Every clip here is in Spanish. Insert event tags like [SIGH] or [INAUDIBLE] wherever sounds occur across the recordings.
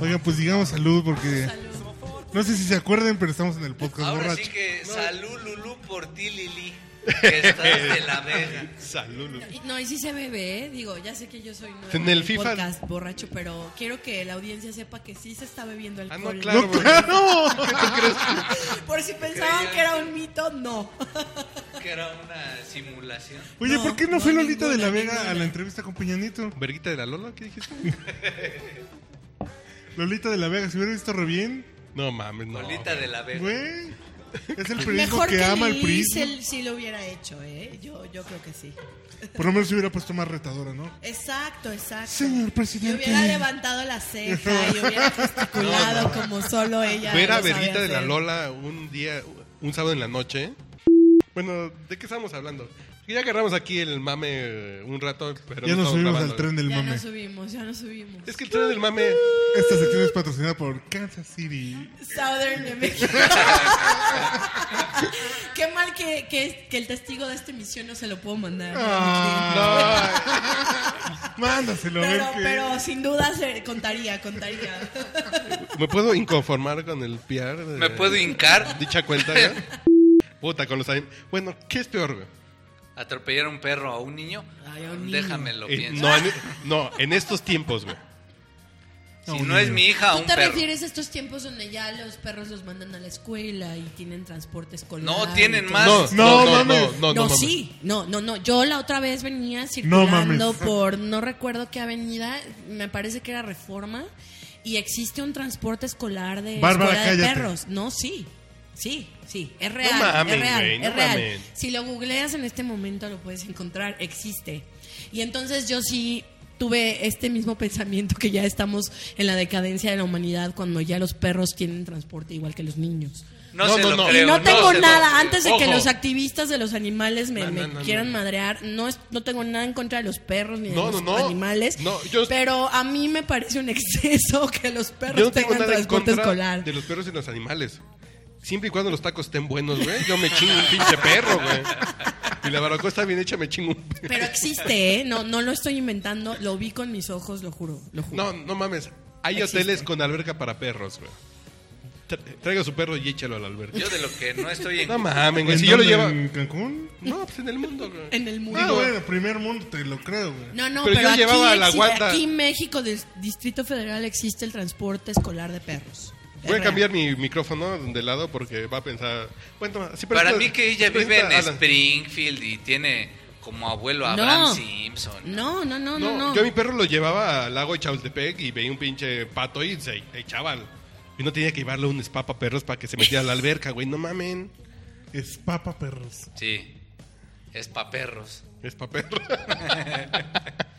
Oigan, pues digamos salud porque no sé si se acuerden, pero estamos en el podcast Ahora borracho. sí que salud, Lulú, por ti, Lili. Que estás de la verga. Salud. Y- No, y sí se bebe, ¿eh? digo, ya sé que yo soy nueva En en el el FIFA. podcast borracho, pero quiero que la audiencia sepa que sí se está bebiendo Ah, alcohol. no, claro. ¡No, claro! Por si pensaban que era un mito, no. [LAUGHS] Que era una simulación. Oye, No, ¿por qué no, no, fue Lolita de la ninguna, Vega a la ninguna. entrevista con Peña Nieto? ¿Verguita de la Lola? ¿Qué dijiste? Lolita de la Vega, si hubiera visto re bien, No mames, no. Lolita de la verga. güey. Es el periodismo Mejor que, que, ama el Lili prisma. se- sí lo hubiera hecho, ¿eh? Yo, yo creo que sí. Por lo menos se hubiera puesto más retadora, ¿no? Exacto, exacto. Señor Y presidente. hubiera levantado la ceja y [LAUGHS] hubiera gesticulado como solo ella. Ver a lo sabe Verguita de la hacer. Lola un día, un sábado en la noche. Bueno, ¿de qué estábamos hablando? Ya agarramos aquí el mame eh, un rato, pero ya no nos estamos subimos grabando. al tren del Ya mame. no subimos, ya no subimos. Es que el tren del mame. Esta sección es patrocinada por Kansas City. Southern [LAUGHS] de México. Qué mal que, que, que el testigo de esta emisión no se lo puedo mandar. Ah, Mándaselo, a pero, ver qué. pero sin duda se- contaría, contaría. ¿Me puedo inconformar con el PR? de- ¿Me puedo hincar? Dicha cuenta, ¿no? Puta, con los. anim- Bueno, ¿qué es peor, güey? ¿Atropellar a un perro o a un niño? Ay, a un niño. Déjamelo, Eh, pienso. no, en, no, en estos tiempos, güey. si un no es niño. mi hija, a ¿Tú un te perro. refieres a estos tiempos donde ya los perros los mandan a la escuela y tienen transporte escolar? No, y tienen todo? más. No, No, no, no, no, mames. no, no, No, mames. sí, no, no, no. Yo la otra vez venía No mames. circulando por no recuerdo qué avenida, me parece que era Reforma, y existe un transporte escolar de Bárbara, escuela de cállate. perros. No, sí, sí, sí, es real, mames, es real, güey, no es real. mames. Si lo googleas en este momento lo puedes encontrar, existe. Y entonces yo sí tuve este mismo pensamiento que ya estamos en la decadencia de la humanidad cuando ya los perros tienen transporte igual que los niños. No, No, se no, lo no. creo. Y no tengo se lo creo. nada, antes de que Ojo. los activistas de los animales me, No, no, me no, no, quieran no. madrear, no, es- no tengo nada en contra de los perros ni de No, los no, no. animales, No, yo- pero a mí me parece un [LAUGHS] exceso que los perros Yo no tengo tengan nada en transporte contra escolar. de los perros y los animales. Siempre y cuando los tacos estén buenos, güey. Yo me chingo un pinche perro, güey. Y la barbacoa está bien hecha, me chingo un perro. Pero existe, ¿eh? No, no lo estoy inventando, lo vi con mis ojos, lo juro, lo juro. No, no mames. Hay Existe. hoteles con alberca para perros, güey. Tra- Traiga a su perro y échalo a la alberca. Yo de lo que no estoy en... No mames, güey. ¿En Si yo lo dónde? llevo. ¿En Cancún? No, pues en el mundo, güey. En el mundo. Ah, bueno, primer mundo, te lo creo, güey. No, no, Pero pero, yo aquí, llevaba a la exi- guarda. aquí en México, del Distrito Federal, existe el transporte escolar de perros. Es Voy a real. cambiar mi micrófono de lado porque va a pensar. Bueno, toma, sí, pero Para esto- mí que ella pero vive en esta- Alan. Springfield y tiene como abuelo a No. Abraham Simpson. No, no, no, No, no, no. yo a mi perro lo llevaba al lago de Chapultepec y veía un pinche pato y se echaba. Y no tenía que llevarle un spa para perros para que se metiera a la alberca, güey. No mamen. Es papa perros. Sí, es pa' perros. Es para perros. [LAUGHS]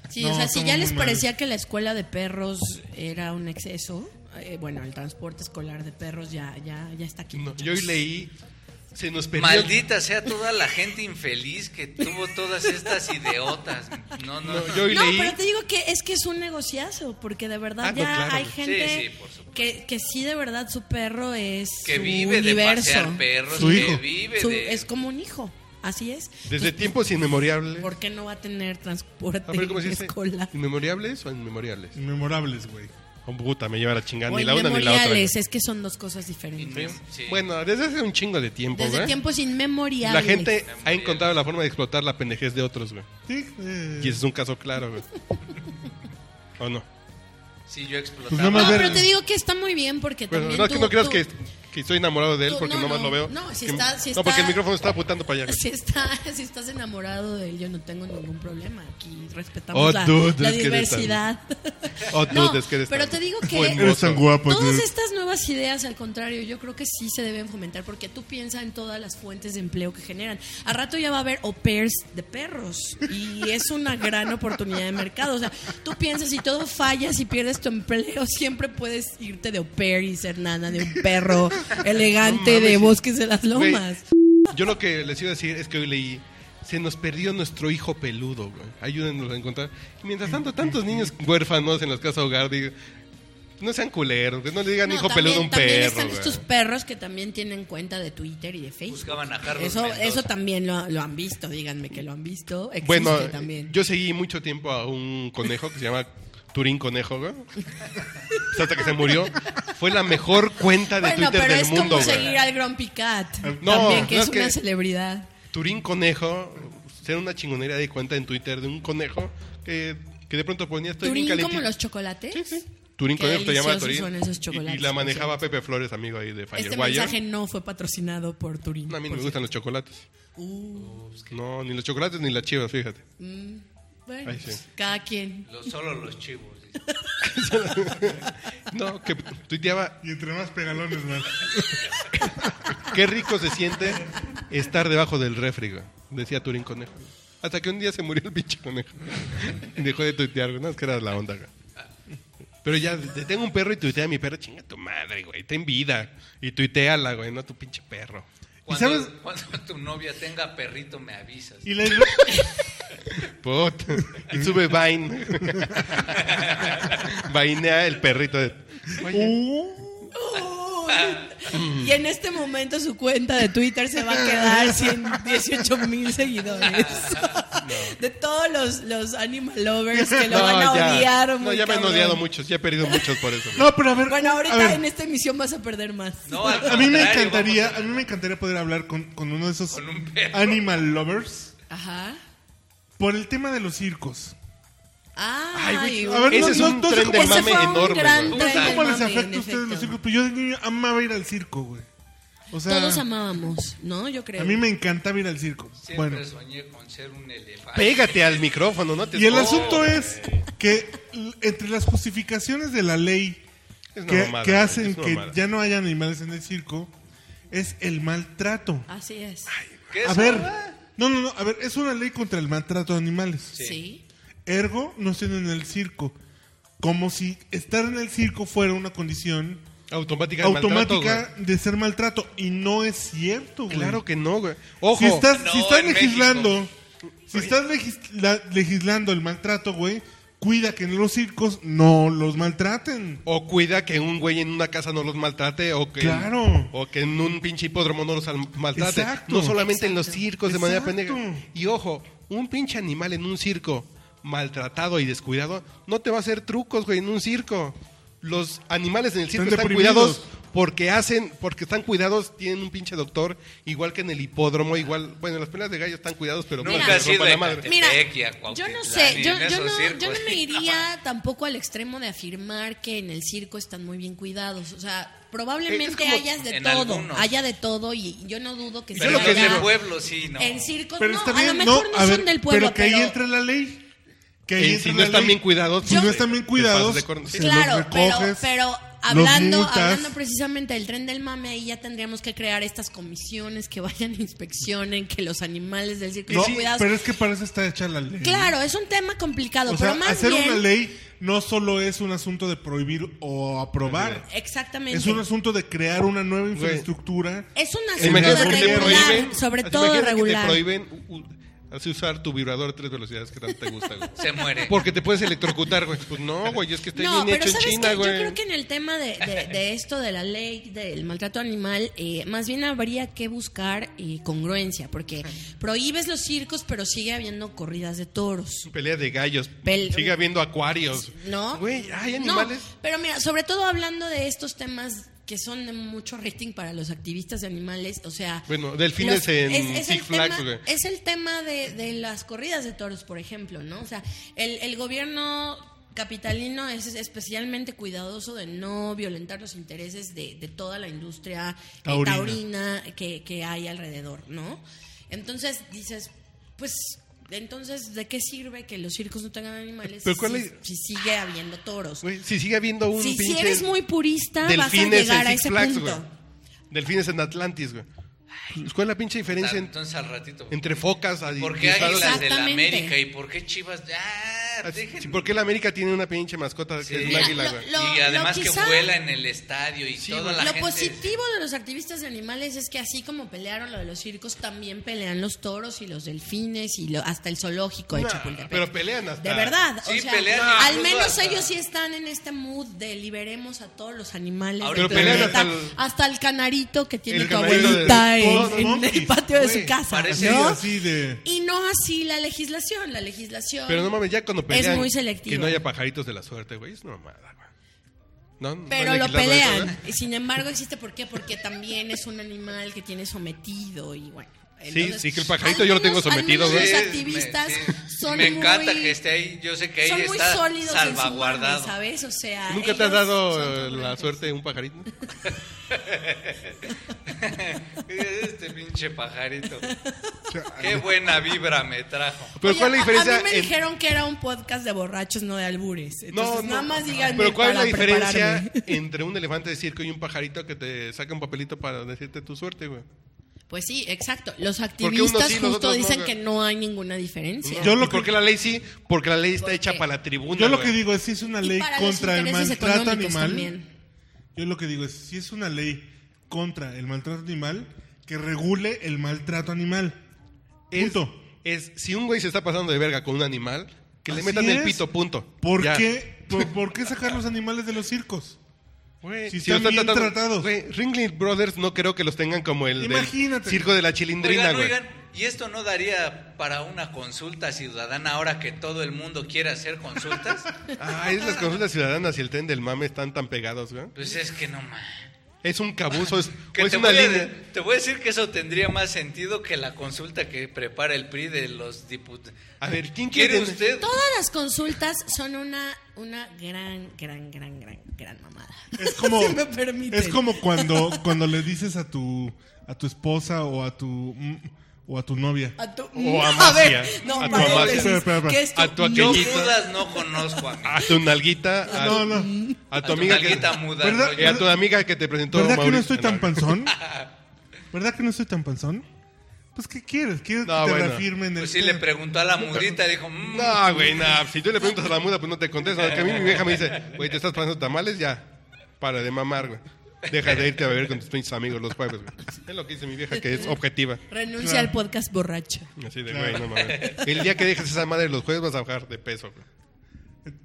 Sí, No, o sea, si como ya muy les mal. parecía que la escuela de perros era un exceso, eh, bueno, el transporte escolar de perros ya, ya, ya está aquí. No, yo hoy leí. Se nos perdió. Maldita sea toda la gente infeliz que tuvo todas estas idiotas. No, no, No, yo hoy No, leí. pero te digo que es que es un negociazo, porque de verdad Ah, no, ya claro. hay Sí, gente sí, por supuesto. que, que sí, de verdad, su perro es que su vive universo. de pasear perros, Su que hijo. vive Su- de... Es como un hijo, así es. Desde tiempos inmemoriables. ¿Por qué no va a tener transporte A ver, ¿cómo se dice? escolar? ¿Inmemoriables o inmemoriales? Inmemorables, güey. Oh, puta, me lleva la chingada. O Ni la una ni la otra. güey. inmemoriales, es que son dos cosas Inmem- diferentes. sí. Bueno, desde hace un chingo de tiempo, Desde güey. tiempos La inmemoriales. gente ha encontrado la forma de explotar la pendejez de otros, güey. Sí, eh, Y ese es un caso claro, güey. ¿O no? sí, yo explotaba. Pues nada más No, ver- pero te digo que está muy bien porque Bueno, también no, tú- que no creas tú- que, que estoy enamorado de él tú- porque no, nomás no, lo veo. no, si Que- está- si no, porque está- el micrófono está apuntando para allá. [LAUGHS] güey. Si, está, si estás enamorado de él, yo no tengo ningún problema. Aquí respetamos Oh, la, dude, la es que eres tan- diversidad. Oh, dude, No, es que eres pero tan te digo que- buen mozo. Eres tan guapo, Todas dude. estas nuevas ideas, al contrario, yo creo que sí se deben fomentar porque tú piensas en todas las fuentes de empleo que generan. A rato ya va a haber au pairs de perros y es una gran oportunidad de mercado. O sea, tú piensas si todo falla, si pierdes tu empleo, [LAUGHS] siempre puedes irte de au pair y ser nana de un perro elegante No mames, de sí. bosques de las Güey, lomas. Yo lo que les iba a decir es que hoy leí. Se nos perdió nuestro hijo peludo, güey. Ayúdennos a encontrar. Y mientras tanto, tantos niños huérfanos en las casas hogar, digo, no sean culeros, güey, no le digan No, hijo también- peludo a un también perro. están güey. estos perros que también tienen cuenta de Twitter y de Facebook. Buscaban a Carlos eso, Mendoza. eso también lo, lo han visto, díganme que lo han visto. Existe Bueno, también. yo seguí mucho tiempo a un conejo que se llama Turín Conejo, güey. Pues hasta que se murió. Fue la mejor cuenta de Bueno, Twitter pero del es mundo, como güey. seguir al Grumpy Cat. No, también, que no es, es que- una celebridad. Turín Conejo, ser una chingonería de cuenta en Twitter de un conejo que, que de pronto ponía estoy ¿Turín bien como calientito". los chocolates? Sí, sí. Turín Qué Conejo te llama deliciosos Turín. son esos Y- chocolates, y, la por manejaba cierto. Pepe Flores, amigo ahí de Este Firewire. mensaje no fue patrocinado por Turín. No, a mí no por me cierto. gustan los chocolates. Uh, No, ni los chocolates ni las [LAUGHS] chivas, fíjate. bueno, Ay, sí. pues, cada quien. Lo- solo los chivos. dice. No, que tuiteaba, Y entre más pegalones, más. qué rico se siente estar debajo del refri, güey", decía Turín Conejo. Hasta que un día se murió el pinche conejo. Y dejó de tuitear, güey. No, es que era la onda, güey. Pero ya, te- tengo un perro y tuitea a mi perro, chinga tu madre, güey, ten vida. Y tuiteala, güey, no a tu pinche perro. Cuando, sabes- cuando tu novia tenga perrito, me avisas. Y la, ilu- Put. Y sube Vine. [LAUGHS] Vainea el perrito de. [LAUGHS] Oye, Uh, [LAUGHS] Mm. Y en este momento su cuenta de Twitter se va a quedar 118 mil [LAUGHS] seguidores. De todos los, los animal lovers que lo van a ya. odiar. No, muy ya me han cabrón. odiado muchos, ya he perdido muchos por eso. no, pero a ver. Bueno, a ahorita ver, en esta emisión vas a perder más. No, al a mí me contrario, encantaría, vamos a mí me encantaría poder hablar con, con uno de esos Con un perro. animal lovers Ajá. por el tema de los circos. Ay, a ver, Ese no- es no- un no sé tren cómo- de Ese mame fue un enorme. gran güey. tren. ¿Ustedes cómo Ay, les mami, en afecta a ustedes efecto. los circos? Pero yo de niño amaba ir al circo, güey. O sea, Todos amábamos, ¿no? Yo creo. a mí me encantaba ir al circo. Siempre Bueno, soñé con ser un elefante. Pégate al micrófono, no te y el escondas. asunto es que l- entre las justificaciones de la ley Es una que, mamada, que güey, hacen es una que mamada. ya no haya animales en el circo es el maltrato. Así es. ¿Qué A es ver, ahora? no, no, no, a ver, es una ley contra el maltrato a animales. sí. Ergo, no estén en el circo. Como si estar en el circo fuera una condición Automática. de maltrato, automática de ser maltrato. Y no es cierto, güey. güey. Claro que no, güey. Ojo. Si estás, si No, estás en México. legislando, si estás legisla- legislando el maltrato, güey, cuida que en los circos no los maltraten. O cuida que un güey en una casa no los maltrate o que, Claro. o que en un pinche hipódromo no los al- maltrate. Exacto. No solamente en los circos de manera Exacto. pendeja. Y ojo, un pinche animal en un circo maltratado y descuidado no te va a hacer trucos, güey, en un circo. Los animales en el circo Están están, deprimidos. cuidados porque hacen, porque están cuidados, tienen un pinche doctor, igual que en el hipódromo, igual, bueno, en las peleas de gallo están cuidados, pero Nunca para que has les rompan ido la madre. a Mira, Tepec y a yo no Cuautitlán sé, y yo, en yo esos no, yo circos. no me iría tampoco al extremo de afirmar que en el circo están muy bien cuidados. O sea, Es probablemente como hayas de en todo, algunos. haya de todo y yo no dudo que Pero sea lo que en es el de- pueblo sí, no. En circos, Pero Pues no, está a lo bien, mejor no, a son ver, del pueblo, Pero que ahí pero- entra la ley. Que ahí Eh, entra si no la están ley. bien cuidados, Si te- no están bien te cuidados, pasas de corno. se los Claro, pero, recoges, pero los hablando, multas. hablando precisamente del tren del mame, ahí ya tendríamos que crear estas comisiones que vayan, inspeccionen, que los animales del circo No, sean cuidados. pero es que para eso está hecha la ley. Claro, es un tema complicado, O pero sea, más hacer bien... una ley no solo es un asunto de prohibir o aprobar, Exactamente. es un asunto de crear una nueva infraestructura. Es un asunto Imagínate de que te regular, prohíben- sobre así todo imagínate regular. Que te prohíben u- u- así usar tu vibrador a tres velocidades que tanto te gusta, güey. Se muere. Porque te puedes electrocutar, güey. Pues no, güey, es que está No, bien pero hecho en ¿sabes China, qué? güey. Yo creo que en el tema de, de- de esto, de la ley del maltrato animal, eh, más bien habría que buscar eh, congruencia, porque prohíbes los circos, pero sigue habiendo corridas de toros. Pelea de gallos. Pel- Sigue habiendo acuarios. Pues, ¿No? Güey, hay No, animales. pero mira, sobre todo hablando de estos temas que son de mucho rating para los activistas de animales, o sea... Bueno, delfines en el Six Flags, tema- güey. Es el tema de, de las corridas de toros, por ejemplo, ¿no? O sea, el, el gobierno capitalino es especialmente cuidadoso de no violentar los intereses de, de toda la industria eh, Taurina. taurina, que, que hay alrededor, ¿no? Entonces dices, pues... Entonces, ¿de qué sirve que los circos no tengan animales Pero si- ¿cuál si, es- si sigue habiendo toros? Güey, si sigue habiendo un si, si pinche eres muy purista, vas a delfines llegar en a Six ese Flags, punto. güey. Delfines en Atlantis, güey. Pues, ¿Cuál es la pinche diferencia en- Entonces al ratito. entre focas? y- ¿Por y qué espadas? Águilas del Exactamente. América y por qué Chivas? Ya, Así- dejen- Ah, sí, ¿Por qué la América tiene una pinche mascota que Sí. es un Mira, águila, lo- güey? lo- y además quizá- que vuela en el estadio y Sí, toda güey. la Lo gente. positivo de los activistas de animales es que así como pelearon lo de los circos, también pelean los toros y los delfines y lo- hasta el zoológico de Nah, Chapultepec. pero pelean hasta- De verdad. Sí, o sea, pelean al incluso menos hasta- ellos sí están en este mood de liberemos a todos los animales. Ahorita- del Pero pelean planeta, hasta el- hasta el canarito que tiene El tu canarito abuelita de- en, Todos los en monkeys, el patio de güey, su casa. parece- Así, ¿no? así de. Y no no así la legislación. La legislación. Pero no mames, ya cuando pelean. muy selectiva. Que no haya pajaritos de la suerte, güey. Es una mamada, güey. No, no Pero han lo legislado eso, pelean. ¿verdad? Y sin embargo, existe por qué, porque también es un animal que tiene sometido y bueno. Sí, sí, que el pajarito yo lo tengo al sometido, menos güey. Los Sí, activistas me, sí. son Me encanta muy- que este esté ahí. Yo sé que ahí son muy está sólidos en su orden, salvaguardado. ¿sabes? O sea, ¿Nunca te has ellos dado son eh, la tolerantes. suerte de un pajarito? [LAUGHS] este pinche pajarito. Qué buena vibra me trajo. Pero Oye, ¿cuál es la a- diferencia? A, mí me en- dijeron que era un podcast de borrachos, no de albures. Entonces, nada más díganme Pero ¿cuál es la para diferencia prepararme. entre un elefante de circo y un pajarito que te saca un papelito para decirte tu suerte, güey? Pues sí, exacto. Los Porque unos sí, activistas los justo otros no, dicen güey. que no hay ninguna diferencia. Yo Yo lo lo ¿Por que- qué la ley sí? Porque la ley está hecha Porque- para la tribuna. Yo lo güey. que digo es si es una Y ley para los contra el intereses maltrato económicos animal. también. Yo lo que digo es si es una ley contra el maltrato animal que regule el maltrato animal. es, Punto. es si un güey se está pasando de verga con un animal, que le Así metan el es. pito, punto. ¿Por Ya. qué por, por qué sacar los animales de los circos? Güey, Si lo están bien tratando- tratados. Güey, Ringling Brothers no creo que los tengan como el del Imagínate. circo de la chilindrina, Oigan, güey. oigan, ¿y esto no daría para una consulta ciudadana ahora que todo el mundo quiere hacer consultas? Ah, es las consultas ciudadanas y el tren del mame están tan pegados, güey. Pues es que no más. Es un cabuzo, es, Que o es te, Pues una voy a, línea. te voy a decir que eso tendría más sentido que la consulta que prepara el PRI de los diputados. A ver, ¿quién ¿Quiere quiere usted? Todas las consultas son una, una gran, gran, gran, gran, gran mamada. [LAUGHS] Es como Si me permiten. es como cuando cuando le dices a tu a tu esposa o a tu mm, o a tu novia. A tu, O a a ver, Macia, no, a tu paréntesis, Amacia. Espera, espera, espera. ¿qué es tu- A tu Yo aquellito. dudas no conozco a mí. A tu nalguita, a, No, no. a tu amiga que, nalguita muda. ¿Verdad? rollo. eh, a tu amiga que te presentó ¿Verdad que no Mauricio. estoy tan No, panzón? ¿Verdad que no estoy tan panzón? Pues ¿qué quieres? ¿Quieres No, que te bueno. reafirmen el Pues sí, le preguntó a la mudita, dijo, "Mm, No, güey, no. Si tú le preguntas a la muda, pues no te contesta. Que a mí mi vieja me dice, güey, ¿te estás pasando tamales? Ya. Para de mamar, güey. Deja de irte a beber con tus pinches amigos los jueves, güey. Es lo que dice mi vieja, que es objetiva. Renuncia Claro. al podcast borracho. Así de, güey, no mames. El día que dejes esa madre los jueves vas a bajar de peso, güey.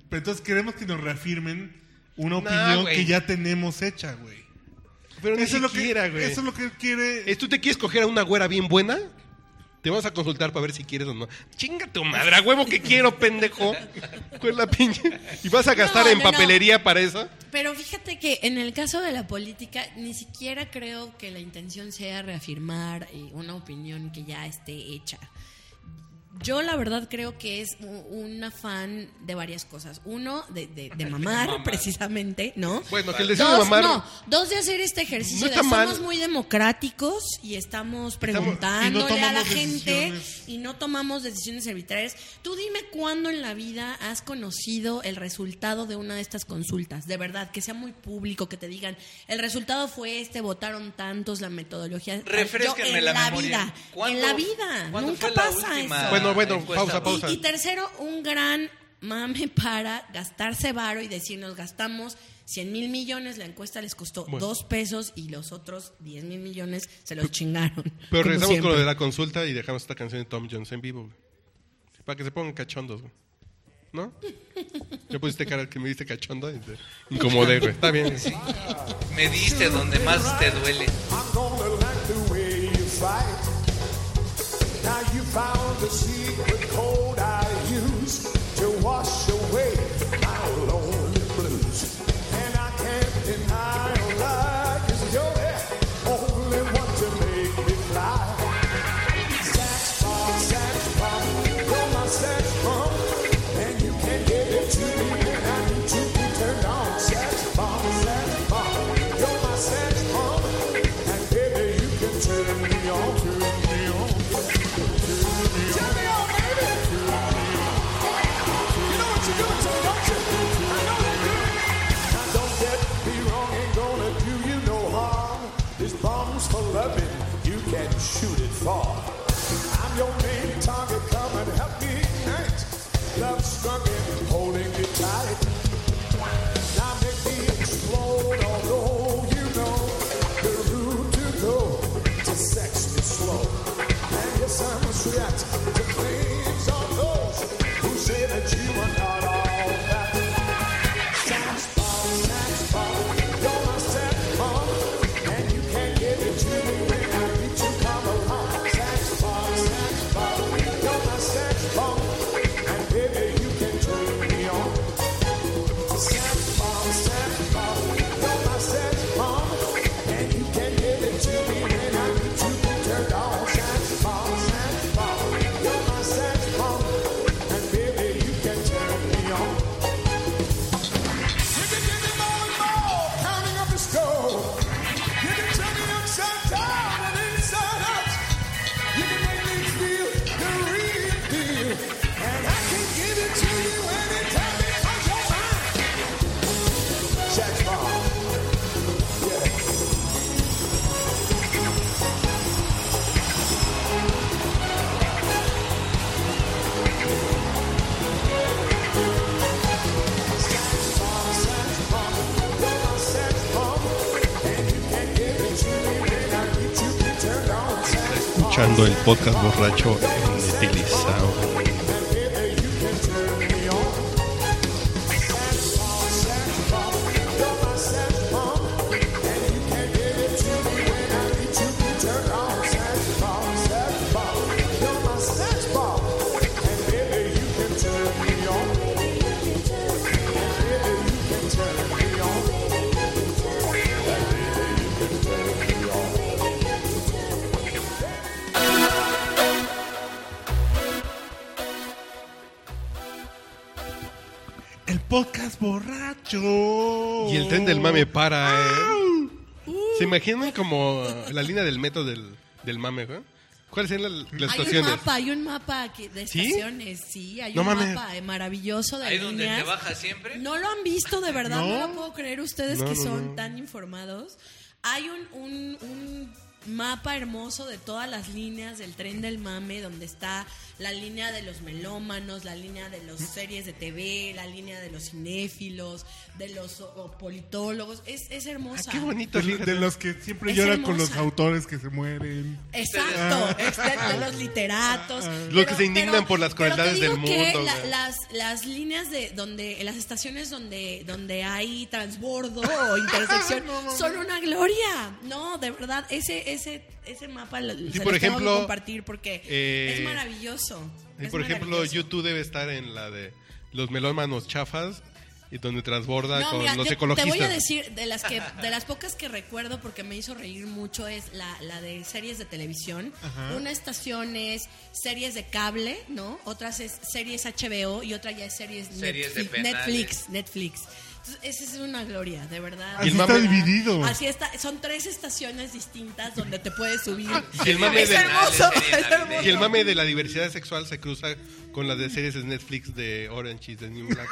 Pero Entonces queremos que nos reafirmen una opinión güey. que ya tenemos hecha, güey. Pero ni Eso es lo que siquiera, güey. eso es lo que él quiere. Eh, ¿Tú te quieres coger a una güera bien buena? Te vamos a consultar para ver si quieres o no. Chinga tu madre, a huevo que quiero, pendejo. Con la pinche. ¿Y vas a gastar No, en no, no. papelería para eso? Pero fíjate que en el caso de la política, ni siquiera creo que la intención sea reafirmar eh, una opinión que ya esté hecha. Yo la verdad creo que es u- un afán de varias cosas. Uno, de, de- de mamar, mamar. precisamente, ¿no? Bueno, que el deseo de Dos, mamar. no, dos de hacer este ejercicio No de está mal. somos muy democráticos y estamos y preguntándole no a la tomamos gente decisiones. y no tomamos decisiones arbitrarias. Tú dime cuándo en la vida has conocido el resultado de una de estas consultas, de verdad, que sea muy público, que te digan, el resultado fue este, votaron tantos, la metodología. Yo, refresquenme en la, la, memoria. vida, en ¿Cuándo- la vida, cuándo nunca fue la pasa última eso. Bueno, bueno, encuesta? pausa, pausa. Y, y tercero, un gran mame para gastarse varo y decir, nos gastamos 100 mil millones, la encuesta les costó Bueno. dos pesos y los otros 10 mil millones se los chingaron. [LAUGHS] Pero como regresamos con lo siempre. de la consulta y dejamos esta canción de Tom Jones en vivo, güey. Para que se pongan cachondos, güey. ¿No? Yo pusiste cara que me diste cachondo y te incomodé, güey. Está bien. Me diste donde más te duele. I'm gonna like the way you fight. Now you found the secret code I use to wash away my lonely blues. And I can't deny your light, 'cause you're the only one to make me fly. Sax pop, sax pop, pull my sax pump, and you can't get it to me, and I need to be turned on. Sax pop, sax pop, you're my sax pump, and baby you can turn me on, turn me on. Turn me on, baby. You know what you're doing to me, don't you? I know that you. Now don't get me wrong, ain't gonna do you no harm. This bomb's for loving, you can shoot it far. I'm your main target, come and help me ignite. Love struggling, holding me tight. Now make me explode, although you know the route to go to sex me slow. And yes, I must react to claims of those who say that you are not all that. Sax bomb, sax bomb, you're my sax bomb, and you can't give it to me when I need to come along. Sax bomb, sax bomb, you're my escuchando el podcast borracho inutilizado. El podcast borracho. Y el tren del mame para, ¿eh? ¿Se imaginan como la línea del metro del, del mame, güey? ¿Cuáles serían las, las Hay un estaciones? mapa, hay un mapa aquí de ¿Sí? estaciones, sí, hay No un mames. mapa eh, maravilloso de Ahí donde líneas. te baja siempre. No lo han visto, de verdad, no, No. lo puedo creer ustedes No, que no, son no. tan informados. Hay un, un- un mapa hermoso de todas las líneas del tren del mame, donde está la línea de los melómanos, la línea de ¿Mm? las series de TV, la línea de los cinéfilos, de los o- o politólogos. Es, es Ah, hermosa. qué bonito, De, lo- fíjate. de los que siempre Es lloran con los hermosa. autores que se mueren. Exacto, de, de los literatos. Los que se indignan por las pero te crueldades digo del que mundo, la- güey. las, las líneas de donde, las estaciones donde, donde hay transbordo o intersección son una gloria. No, de verdad, ese, ese, ese mapa lo, se por los tengo que ejemplo, compartir porque eh, es maravilloso. Y es por ejemplo, maravilloso. YouTube debe estar en la de los melómanos chafas y donde transborda No, con mira, los te, te ecologistas. voy a decir de las que de las pocas que recuerdo porque me hizo reír mucho es la, la de series de televisión. Una estación es series de cable, ¿no? Otras es series HBO y otra ya es series, Series de Netflix, penales. Netflix, Netflix. Entonces, esa es una gloria, de verdad. Así el está mame- dividido. Así está, son tres estaciones distintas donde te puedes subir. Y el mame es de- hermoso, Series es hermoso. Y el mame de la diversidad sexual se cruza con las de series de Netflix de Orange is the New Black.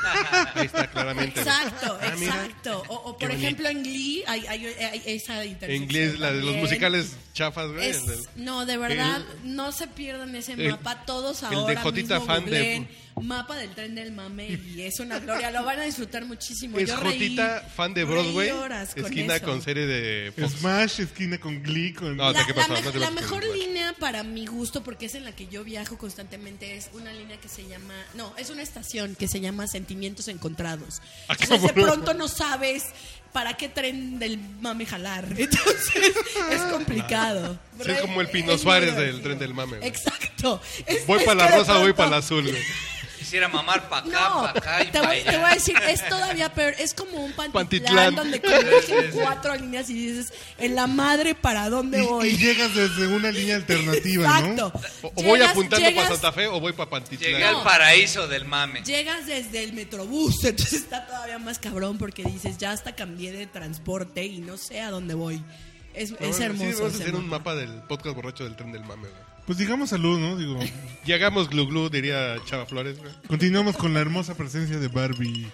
Ahí está claramente. güey. Exacto, Ah, mira. exacto. O, o, por bonito. ejemplo en Glee hay, hay- hay esa En intersección inglés, la de los también. musicales chafas, güey. Es- el del- no, de verdad, no se pierdan ese el- mapa. Todos el de ahora Jotita mismo fan de- googleen mapa del tren del mame y es una gloria. Lo van a disfrutar muchísimo. Es Pues Yo reí- Jotita, fan de reí Broadway, horas con esquina eso. con serie de Fox. Smash, esquina con Glee, con... No, La, te- ¿qué pasó? la No mej- te la preocupes, mejor güey. línea para mi gusto, porque es en la que yo viajo constantemente, es una línea que se llama, no, es una estación que se llama Sentimientos Encontrados. Ah, [LAUGHS] Entonces de cabrón. pronto no sabes para qué tren del mame jalar. [LAUGHS] Entonces es complicado. Sí, es como el Pino muy Suárez del divertido. tren del mame, güey. Exacto. Es- Voy es para la que de rosa, voy pronto- para la azul, güey. Quisiera mamar para acá, no, para acá y te para voy, allá. te voy a decir, es todavía peor. Es como un Pantitlán. pantitlán, [LAUGHS] donde convergen Sí, sí. cuatro líneas y dices, en la madre, ¿para dónde Y, voy? y llegas desde una [LAUGHS] línea alternativa, ¿no? Exacto. O, o voy Llegas- apuntando llegas- para Santa Fe o voy para Pantitlán. Llegué al paraíso del mame. Llegas desde el metrobús, [LAUGHS] entonces está todavía más cabrón porque dices, ya hasta cambié de transporte y no sé a dónde voy. Es, No, es sí, hermoso. vamos a ese hacer un mapa. mapa del podcast borracho del tren del mame, güey. Pues digamos salud, ¿no? Digo, Y hagamos glu glu, diría Chava Flores, güey. continuamos con la hermosa presencia de Barbie.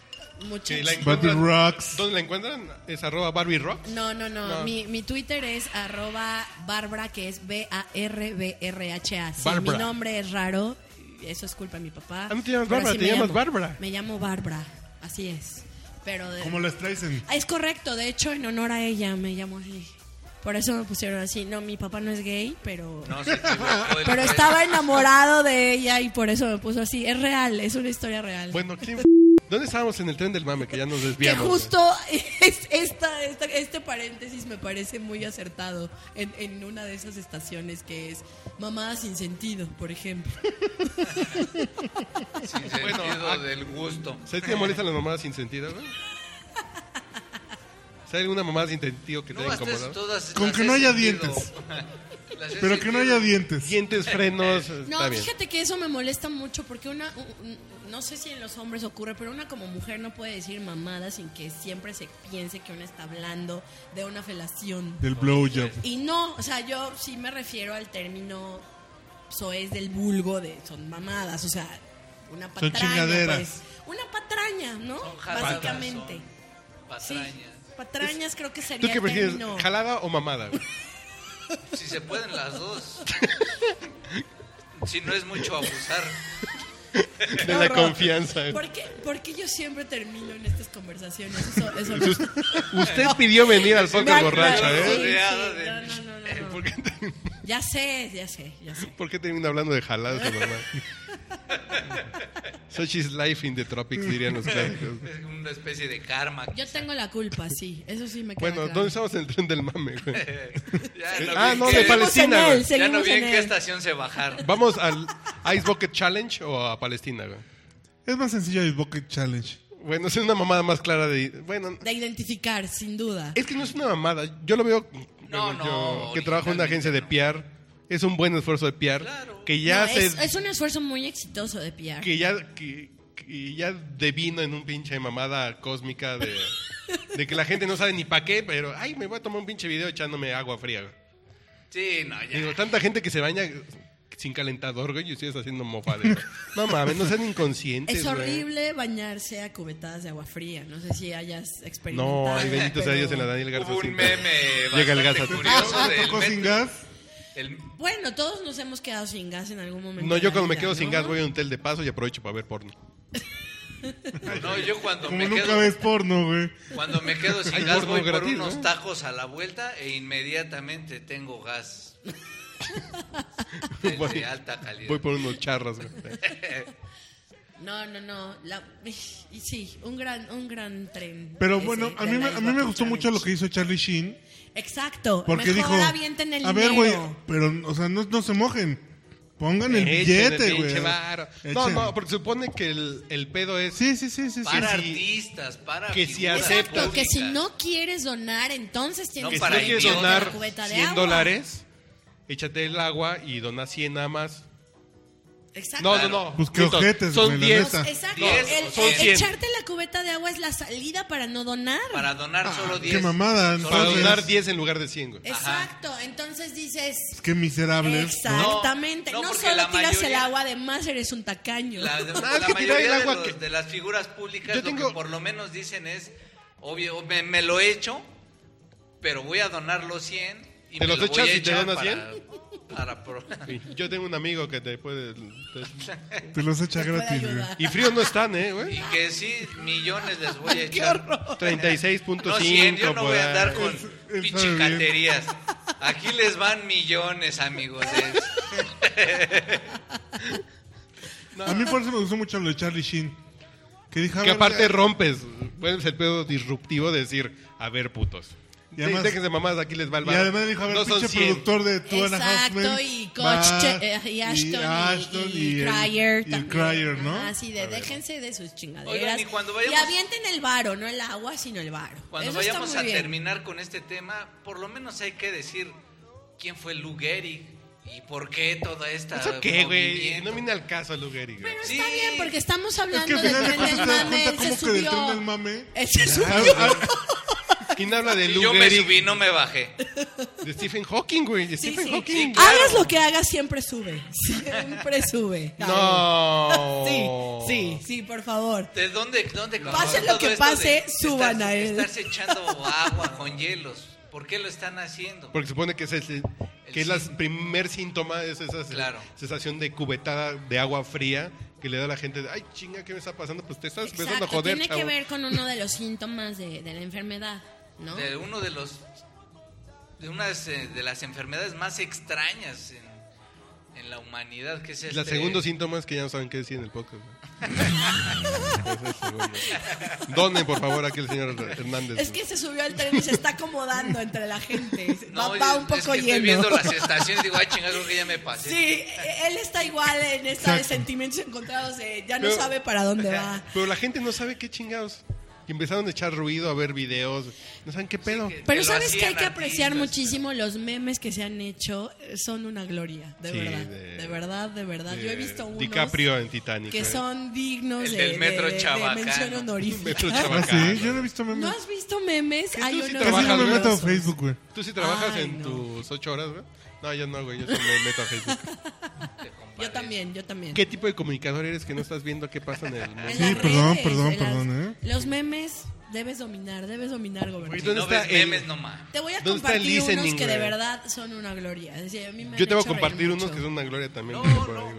Muchachos. Que la Barbie encuentran- Rocks. ¿Dónde la encuentran? Es arroba Barbie Rock. No, no, no. No. Mi, mi Twitter es arroba Barbara, que es B-A-R-B-R-H-A. Sí, mi Bárbara. nombre es raro. Eso es culpa de mi papá. Ah, no te llamas pero Bárbara, así te me llamas llamo. Bárbara. Me llamo Bárbara, así es. Pero de- Como las traicen. Ah, Es correcto, de hecho, en honor a ella me llamo así. Por eso me pusieron así. No, mi papá no es gay, pero... No, se equivocó el Pero tren. estaba enamorado de ella y por eso me puso así. Es real, es una historia real. Bueno, ¿quién... ¿dónde estábamos en el tren del mame? Que ya nos que desviamos. justo [LAUGHS] es- esta, esta- este paréntesis me parece muy acertado en, en una de esas estaciones que es Mamá sin sentido, por ejemplo. Sin sentido Bueno, ah, del gusto. güey. ¿Sabes qué molestan las mamadas sin sentido, güey? ¿Sabes alguna mamada sin sentido que No, te haya hasta eso incomodado? todas Con las que he no haya sentido. dientes. [LAUGHS] Las he Pero que no haya sentido. dientes. [LAUGHS] Dientes, frenos, No, está bien. fíjate que eso me molesta mucho porque una, u- u- no sé si en los hombres ocurre, pero una como mujer no puede decir mamada sin que siempre se piense que una está hablando de una felación. Del blowjob. Y no, o sea, yo sí me refiero al término soez del vulgo de son mamadas, o sea, una Son patraña. chingaderas. pues. una patraña, ¿no? Son jaladas, Básicamente. son Sí, patrañas. patrañas creo que sería ¿Tú qué el prefieres, término. jalada [LAUGHS] o mamada? güey? Si se pueden las [LAUGHS] dos. Si no es mucho abusar. De la confianza. güey. ¿Por qué, por qué yo siempre termino en estas conversaciones? Eso, [LAUGHS] eso no- Usted pidió venir al Me podcast ha- borracha, sí, ¿eh? sí, Rodeado de- [LAUGHS] no, no, no, no, no. ¿Por qué te- Ya sé, ya sé, ya sé. ¿Por qué termina hablando de jaladas tu [LAUGHS] mamá? Such is life in the tropics, dirían los clásicos. Es una especie de karma. Yo tengo la culpa, sí. Eso sí me queda Bueno, claro. ¿dónde estamos en el tren del mame, güey? Ya no Ah, vi no, en qué- Seguimos de en Palestina, él, güey. Ya no seguimos vi en en qué él. estación se bajaron. ¿Vamos al Ice Bucket Challenge o a Palestina, güey? Es más sencillo el Bucket Challenge. Bueno, es una mamada más clara de... Bueno, De identificar, sin duda. es que no es una mamada. Yo lo veo... No, bueno, no, yo que trabajo en una agencia de originalmente PR. Es un buen esfuerzo de PR. Claro. Que ya No, se... es, es un esfuerzo muy exitoso de PR. que ya que, que ya devino en un pinche mamada cósmica de, de que la gente no sabe ni para qué, pero ay, me voy a tomar un pinche video echándome agua fría. güey. Sí, no, ya. Digo, tanta gente que se baña sin calentador, güey, y ustedes haciendo mofa de, No mames, no sean inconscientes, Es güey. horrible bañarse a cubetadas de agua fría. No sé si hayas experimentado. No, ay, bendito sea pero- Dios en la Daniel Garza. Hubo un cinta. meme Llega bastante el gas a tu- curioso ¿No del tocó Ah, sin metro. gas? El- Bueno, todos nos hemos quedado sin gas en algún momento. No, de yo la cuando me vida, quedo sin ¿no? gas voy a un hotel de paso y aprovecho para ver porno. no, yo cuando Como me nunca quedo ves porno, güey. cuando me quedo Hay sin gas porno voy por gratis, unos ¿no? tacos a la vuelta e inmediatamente tengo [LAUGHS] gas de, Voy- de alta calidad. Voy por unos charras, güey. No, no, no. la- y sí, un gran, un gran tren. Pero ese bueno, a de mí, me- la a mí me Ice gustó Bucket mucho lo que Challenge. hizo Charlie Sheen. Exacto. Porque mejor dijo. avienten el a ver, güey, dinero". pero, o sea, no, no se mojen. Pongan el Echen billete, pinche güey. varo. No, Echen. no, porque supone que el, el pedo es Sí, sí, sí, sí. sí. para si- artistas, para que si figuras aceptas- Exacto, que si públicas. no quieres donar, entonces tienes pues, No, que si para no que quieres idiotas. donar una cubeta de 100 agua. dólares, échate el agua y dona 100 nada más. Exacto. No, no, no. Pues qué Miento, ojetes, Son güey, la 10. neta. Exacto. Diez, el- son el cien. echarte la cubeta de agua es la salida para no donar. para donar Ah, solo 10. qué mamada, Solo Para entonces. diez. donar 10 en lugar de 100, güey. Exacto. Entonces dices. Qué miserables. ¿no? Exactamente. No, No, no, porque solo la tiras el mayoría- agua, además eres un tacaño. La, Ah, es la que tirar el mayoría de, agua los- que- de las figuras públicas lo Yo tengo- que por lo menos dicen es, obvio, me, me lo he hecho, pero voy a donar los 100 y ¿Te me los lo voy echas a y te echar donas para, [LAUGHS] para pro- Sí, Yo tengo un amigo que te puede... te- Te los echa Puede gratis, güey. ayudar. Y frío no están, ¿eh, Y güey? que sí, millones les [LAUGHS] voy a echar. No, 100, 36.5. yo no por voy a andar ahí. con él sabe bien. pichicaterías. Aquí les van millones, amigos. Es- A mí por eso me gustó mucho lo de Charlie Sheen. Que dijo, a Que ver, aparte ya- rompes. Bueno, es el pedo disruptivo de decir, a ver, putos. Y Sí, además- déjense mamadas, aquí les va el Y varo. además dijo, a ver, No son pinche 100. productor de Two and a Half Exacto, Men, y va, Koch, eh, y Ashton, y, y el- Cryer y el también. Cryer, ¿no? Ajá, sí, de déjense de sus chingaderas. Oigan, y cuando vayamos- Y avienten el varo, no el agua, sino el varo. Cuando Eso está vayamos muy a bien. terminar con este tema, por lo menos hay que decir quién fue Lou Gehrig y por qué toda esta ¿Eso qué, güey? movimiento. No viene al caso, Lugeri, güey. Pero Sí. está bien, porque estamos Es que hablando al del final de tren cuentas del te das mame, cuenta él se cómo que del tren del subió. mame... Él [LAUGHS] se Ah, subió. ah, ¿Quién habla de Y Lou yo me Gehrig? subí, no me bajé. De Stephen Hawking, güey. De Sí, Stephen sí. Hawking. Hagas lo que hagas, siempre sube. [LAUGHS] Siempre sube. No. [LAUGHS] Sí, sí, sí, por favor. ¿De dónde, dónde Pase comenzó lo todo que esto de pase, suban estarse- a él. Estarse echando agua con hielos. ¿Por qué lo están haciendo? Porque supone que es el, que es la primer síntoma es esa se- Claro. sensación de cubetada de agua fría que le da a la gente. de, Ay, chinga, ¿qué me está pasando? Pues te estás empezando a Exacto, joder, tiene que chavo". ver con uno de los síntomas de, de la enfermedad, ¿no? De uno de los de unas eh, de las enfermedades más extrañas en, en la humanidad, que es este La segundo síntoma es que ya no saben qué decir en el podcast. ¿no? Ese es el segundo. Donen, por favor, aquí el señor Hernández. Es que se subió al tren y se está acomodando entre la gente. Va, [LAUGHS] No, va es- un es poco que Estoy lleno. viendo las estaciones y digo, ay, chingados, creo que ya me pasé. [LAUGHS] Sí, él está igual en esta de sentimientos encontrados. de ya no Pero- sabe para dónde [LAUGHS] va. Pero la gente no sabe qué chingados. Y empezaron a echar ruido, a ver videos. No saben qué pedo. que- Pero lo sabes que hay hacían que apreciar artistas, muchísimo los memes que se han hecho. eh, Son una gloria, de Sí, verdad. de- De, verdad, de verdad. Yo he visto unos Eh, DiCaprio en Titanic. que ¿eh? [LAUGHS] son dignos El de, del de- metro de- de Chabacano. mención honorífica. Metro [LAUGHS] ah, Chabacano. sí, yo no he visto memes. ¿No has visto memes? tú Hay sí Casi unos no me Trabajadores. meto a horrorosos. Facebook, güey. ¿Tú sí trabajas Ay, en no. tus ocho horas, güey? No, yo no, güey. Yo sí me meto a [LAUGHS] Facebook. te compadezco. Yo también, yo también. ¿Qué tipo de comunicador eres que no estás viendo qué [LAUGHS] pasa en el mundo? En Sí, las perdón, redes, perdón, en las- perdón, ¿eh? Los memes debes dominar, debes dominar, Güey, gobernador. Si ¿dónde no está ves el- memes, no más. Te voy a ¿dónde está el compartir unos listening, que de güey? verdad son una gloria. Es decir, a mí me han Yo te voy a hecho reír compartir unos mucho. que son una gloria también. No, que por no. ahí,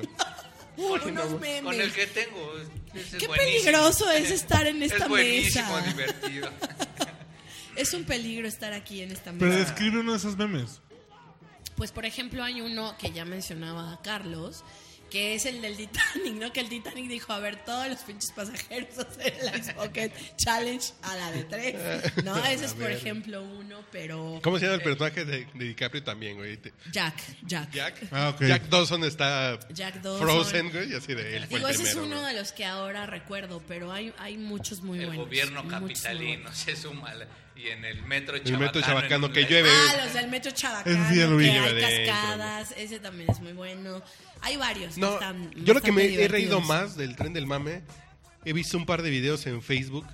güey. unos memes. Con el que tengo. ese es Qué buenísimo. [LAUGHS] peligroso es estar en esta es buenísimo, mesa. divertido. Es un peligro estar aquí en esta mesa. Pero describe uno de esos memes. Pues, por ejemplo, hay uno que ya mencionaba Carlos, que es el del Titanic, ¿no? Que el Titanic dijo, a ver, todos los pinches pasajeros [LAUGHS] hacer el Ice Bucket Challenge a la de tres, [LAUGHS] ¿no? Ese es, por ejemplo, uno, pero... ¿Cómo se llama el personaje de, de DiCaprio también, güey? Te- Jack, Jack. Jack. Ah, ok. Jack Dawson está Jack Dawson. frozen, güey, y así de él. Fue Digo, el ese es primero, uno güey. de los que ahora recuerdo, pero hay, hay muchos [LAUGHS] muy El buenos. gobierno muchos muy buenos. capitalino [LAUGHS] se suma. la- Y en el metro El chabacano. metro chabacano en que la- llueve. Ah, los del Metro Chabacano, Ese sí ya lo vi. que Lleva hay adentro, cascadas, ese también es muy bueno. Hay varios. que No, están yo lo que bastante me he reído divertidos. más del tren del mame, he visto un par de videos en Facebook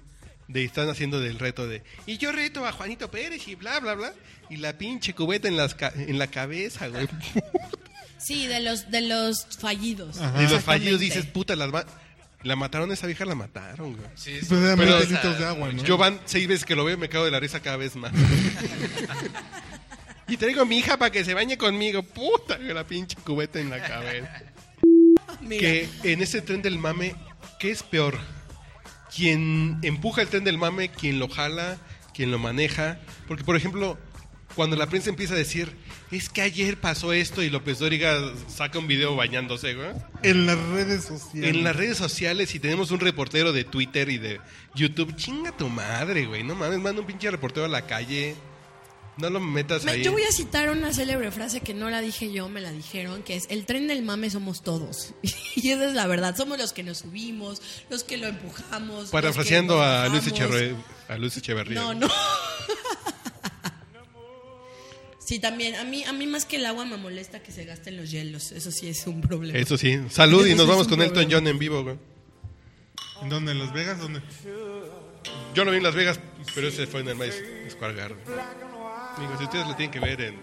de están haciendo del reto de y yo reto a Juanito Pérez y bla bla bla y la pinche cubeta en las ca- en la cabeza, güey. Sí, de los, de los fallidos. Y los Exactamente. fallidos dices, "Puta, las ma- la mataron esa vieja, la mataron, güey." Sí, sí. Pues eran Pero- 20 litros de agua, ¿no? Yo van seis veces que lo veo y me cago de la risa cada vez más. y traigo a mi hija para que se bañe conmigo. Puta, güey, la pinche cubeta en la cabeza. [LAUGHS] Mira, que en ese tren del mame, ¿qué es peor? ¿Quién empuja el tren del mame? ¿Quién lo jala? ¿Quién lo maneja? Porque, por ejemplo, cuando la prensa empieza a decir, es que ayer pasó esto y López Dóriga saca un video bañándose, güey. En las redes sociales. En las redes sociales, si tenemos un reportero de Twitter y de YouTube, chinga tu madre, güey. No mames, manda un pinche reportero a la calle. No lo metas me- ahí. yo voy a citar una célebre frase que no la dije yo, me la dijeron, que es, el tren del mame somos todos. [LAUGHS] y esa es la verdad, somos los que nos subimos, los que lo empujamos. los que Parafraseando nos a Luis, bajamos. Echeverría, a Luis Echeverría. No, no. Sí, también. A mí, a mí más que el agua me molesta que se gasten los hielos. Eso sí es un problema. Eso sí. Salud y Eso nos sí vamos es un con Elton problema. John en vivo, güey. ¿Dónde? ¿En Las Vegas? ¿Dónde? Yo lo vi en Las Vegas, pero ese fue en el Maíz Square Garden. Digo, si ustedes lo tienen que ver en.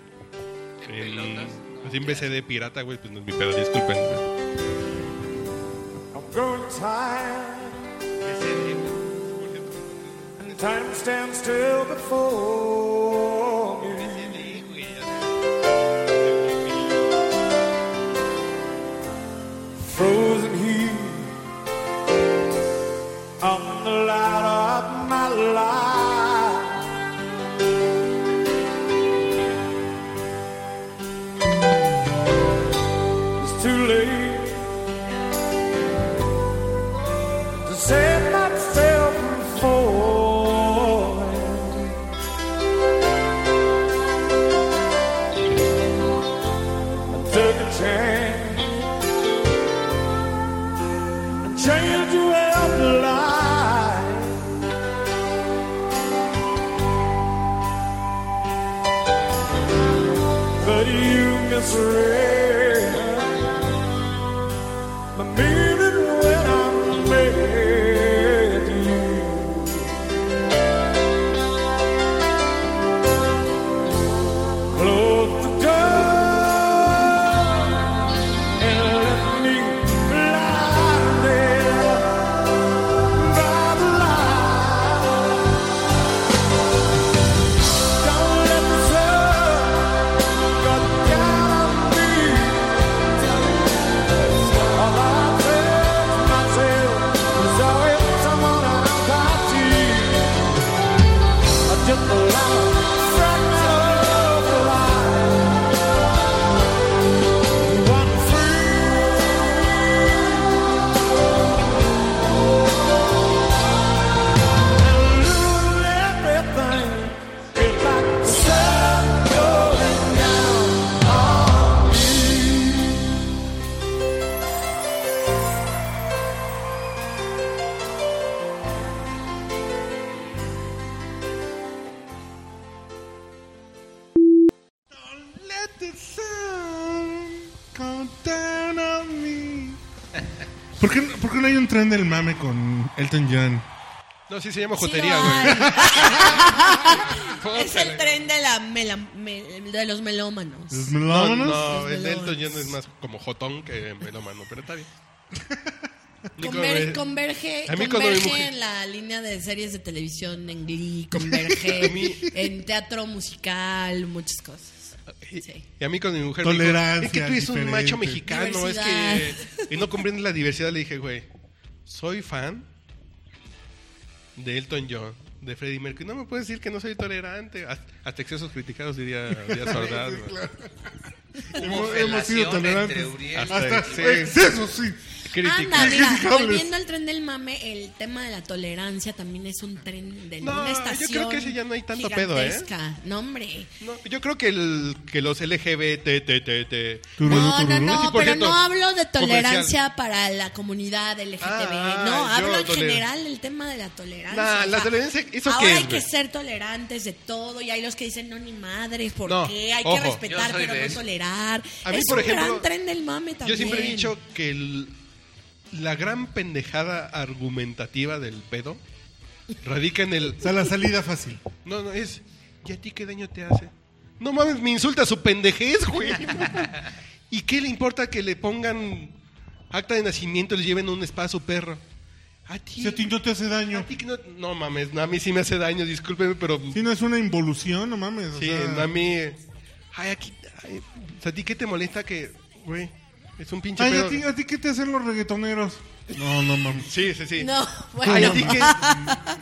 En, pelotas? pues, en BCD pirata, güey, pues no es mi pedo, disculpen. güey. I'm growing tired. And time stands still before me. Frozen here on the light of my life. It's too late to save myself from falling. I took a chance and changed the way of life. But you misread the meaning when I met you. Close the door and let me blinded by the light. Don't let the sun go down on me. All I tell myself is always someone I've got to. I did the line, fragment of the line. One free. And lose everything. It's like the sun going down on me. Don't let the sun come down on me. ¿Por qué, por qué no hay un tren del mame con Elton John? No, sí se llama Sí lo jotería, güey. [LAUGHS] hay. Pótale. [LAUGHS] es el tren de, la mela- me- de los melómanos. ¿Los No, melómanos? no, Los el de Elton melones. John es más como jotón que melómano, pero [LAUGHS] está bien. Nico, Conver- eh, converge A mí cuando mi converge mujer- en la línea de series de televisión, en Glee, converge [LAUGHS] A mí- en teatro musical, muchas cosas. Y, Sí. y a mí con mi mujer me dijo, Tolerancia es que tú eres un diferente. macho mexicano, es que Diversidad. y no comprendes la diversidad, le dije, güey, soy fan de Elton John, de Freddie Mercury. No me puedes decir que no soy tolerante. Hasta, hasta excesos criticados diría, [LAUGHS] diría Sordaz, güey. Hubo Hemos, hemos felación sido tolerantes. entre Uriel Hasta y- exceso, sí. Crítica. Anda, [LAUGHS] mira, Criticables. volviendo al tren del mame, el tema de la tolerancia también es un tren de No, una yo estación. creo que ese ya no hay tanto pedo, ¿eh? gigantesca. No, hombre. No, yo creo que, el, que los LGBT, te, te, te, Tururú, No, no, tururú. no, Sí, por pero cierto, no hablo de tolerancia comercial. para la comunidad LGTB. Ah, no, yo hablo en toler- general del tema de la tolerancia. Nah, o la sea, tolerancia, ¿eso ahora qué es, hay que güey? ser tolerantes de todo y hay los que dicen, no, ni madres, ¿por No, qué? Hay ojo. que respetar, Yo soy pero de no eso. tolerar. A mí, es por un ejemplo, gran tren del mame también. Yo siempre he dicho que el- la gran pendejada argumentativa del pedo radica en el. O sea, la salida fácil. No, no, es. ¿Y a ti qué daño te hace? No mames, me insulta su pendejez, güey. ¿Y qué le importa que le pongan acta de nacimiento y le lleven a un spa a su perro? A ti. Si a ti no te hace daño. a ti que no, no mames, no, a mí sí me hace daño, discúlpeme, pero. Si no es una involución, no mames. o Sí, sea, a mí. Ay, aquí. ay, o sea, ¿a ti qué te molesta que. Güey, es un pinche Ay, pedo? ¿a ti, ¿a ti qué te hacen los reggaetoneros? No, no mames. Sí, sí, sí. No, bueno. [LAUGHS] Ay, a ti que-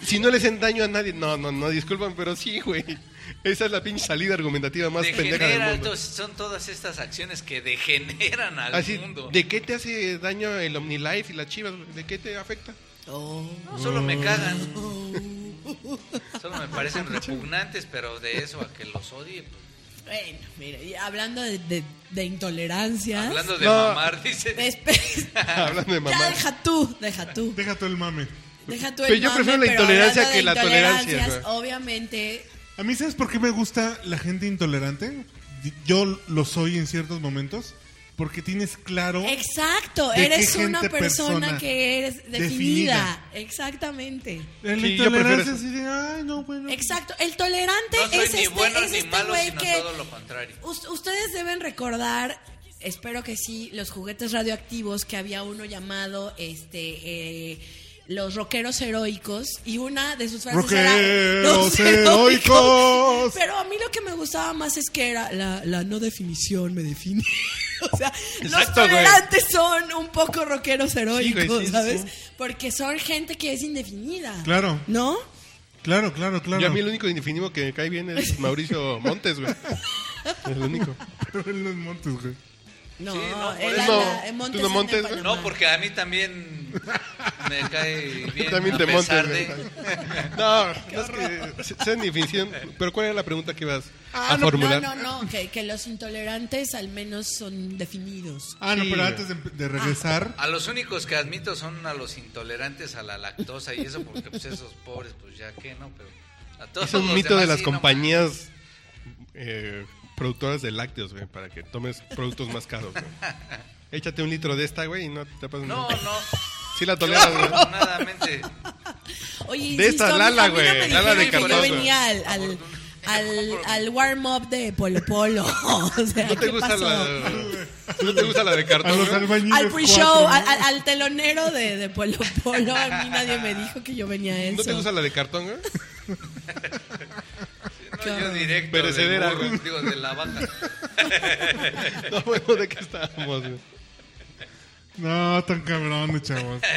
si no le hacen daño a nadie. No, no, no, disculpan, pero sí, güey. Esa es la pinche salida argumentativa más pendeja del Degenera, mundo. entonces, son todas estas acciones que degeneran al Así, mundo. ¿de qué te hace daño el OmniLife y las chivas? güey? ¿De qué [LAUGHS] te afecta? [LAUGHS] Oh. No, solo me cagan. Solo me parecen repugnantes, pero de eso a que los odie. pues. Bueno, mira, y hablando de, de, de intolerancias. Hablando de No. mamar, Este, dice. Espe- [LAUGHS] Hablando de ya mamá. deja tú, deja tú. Deja todo el mame. Deja tú Pero el yo mame, prefiero la pero intolerancia hablando que de la tolerancia, intolerancias, güey. Obviamente, A mí, ¿sabes por qué me gusta la gente intolerante? Yo lo soy en ciertos momentos. Porque tienes claro. Exacto, ¿De eres qué una gente, persona, persona que eres definida. definida? Exactamente. El Sí, yo prefiero intolerancia eso. así de, ay, no, bueno. Exacto, el tolerante No soy es ni este bueno es ni este malo, güey sino que todo lo contrario. Us- ustedes deben recordar, espero que sí, los juguetes radioactivos que había uno llamado este eh, los rockeros heroicos y una de sus frases era Rockeros heroicos. Pero a mí lo que me gustaba más es que era la, la no definición me define. [LAUGHS] o sea, Exacto, los güey. tolerantes son un poco rockeros heroicos, Sí, güey, sí, ¿sabes? sí. Porque son gente que es indefinida. Claro. ¿No? Claro, claro, claro. Yo a mí el único indefinido que me cae bien [LAUGHS] es Mauricio Montes, güey. Es el único. [LAUGHS] Pero en los montes, güey. No, Sí, no, por él eso- anda- ¿Tú Montes anda no en montes? Panamá. No, porque a mí también me cae bien. También a te montes, pesar güey. de- No, no es que se- sean indefinición. Pero ¿cuál era la pregunta que ibas a Ah, no, formular? No, no, no, que, que los intolerantes al menos son definidos. Ah, no, Sí, pero güey. antes de, de regresar. A los únicos que admito son a los intolerantes a la lactosa y eso porque pues esos pobres pues ya que no, pero a todos Es un los mito de demás las sí, no compañías eh, productoras de lácteos, güey, para que tomes productos más caros, güey. Échate un litro de esta, güey, y no te pasa No, nada. [LAUGHS] no. Sí la toleras, güey. Afortunadamente. Oye, De insisto, esta a mí- Lala, a mí no me güey, Lala dijeron que de Yo cartón, venía al, al, al, al warm-up de Polo Polo. [LAUGHS] O sea, ¿No te ¿qué gusta pasó? la ¿No te gusta la de A cartón? los güey? albañiles. Ah. Al pre-show, cuatro, al, al- al telonero de, de Polo Polo, a mí nadie me dijo que yo venía a eso. ¿No te gusta la de cartón, güey? No, yo directo. Perecedera, del burro, güey. digo, de la vaca. [LAUGHS] No, bueno, ¿de qué estábamos, güey? No, tan cabrón, chavos. [LAUGHS]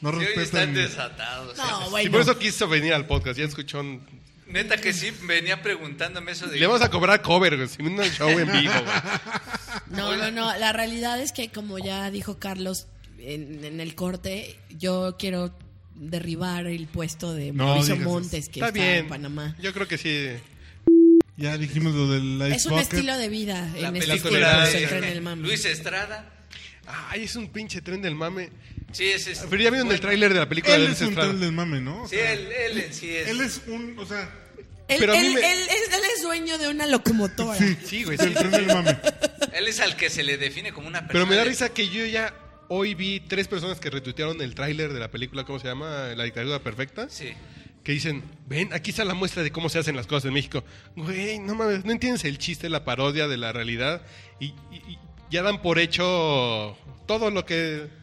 No Sí, hoy están respetan. desatados. eh. No, Y bueno. por eso quiso venir al podcast, ya escuchó. un- Neta que sí, venía preguntándome eso de... Le vamos a cobrar cover, güey, sin un show en vivo, güey. No, no, no. La realidad es que, como ya dijo Carlos en, en el corte, yo quiero derribar el puesto de No, Mauricio digas eso. Montes, que está, Está bien. en Panamá. Yo creo que sí. Ya dijimos lo del Ice Es un Bucket. estilo de vida la en este estos película tiempos de el tren del mame. Luis Estrada. Ay, es un pinche tren del mame. Sí, ese es... este. Pero ya vieron el tráiler de la película de Él Luis es un Estrada. tal del mame, ¿no? O Sí, sea, él, él en sí es... él es un, o sea, Él, Pero a mí él- me- él es, él es dueño de una locomotora. Sí, güey, es sí. el tren del mame. Él es al que se le define como una persona. Pero me da de- risa que yo ya hoy vi tres personas que retuitearon el tráiler de la película, ¿cómo se llama? La dictadura perfecta. Sí. Que dicen, ven, aquí está la muestra de cómo se hacen las cosas en México. Güey, no mames, no entiendes el chiste, la parodia de la realidad. Y, y- y ya dan por hecho todo lo que...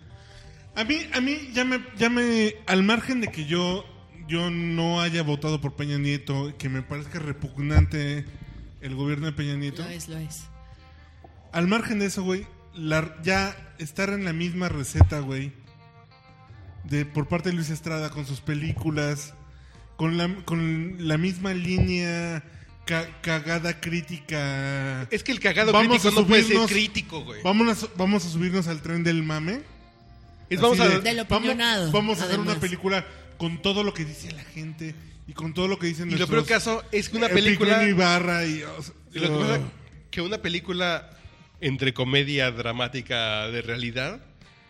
A mí, a mí ya me, ya me, al margen de que yo, yo no haya votado por Peña Nieto, que me parezca repugnante el gobierno de Peña Nieto. Lo es, lo es. Al margen de eso, güey, la- ya estar en la misma receta, güey, de por parte de Luis Estrada con sus películas con la, con la misma línea ca- cagada crítica. Es que el cagado Vamos crítico a no puede ser subirnos- crítico, güey. Vamos a, su- vamos a subirnos al tren del mame. Es vamos Así a- Del vamos- opinionado, Vamos, a hacer además. una película con todo lo que dice la gente y con todo lo que dicen y lo peor caso es que una película... Y barra y, o sea, oh. Y lo que pasa es Ah. que una película entre comedia dramática de realidad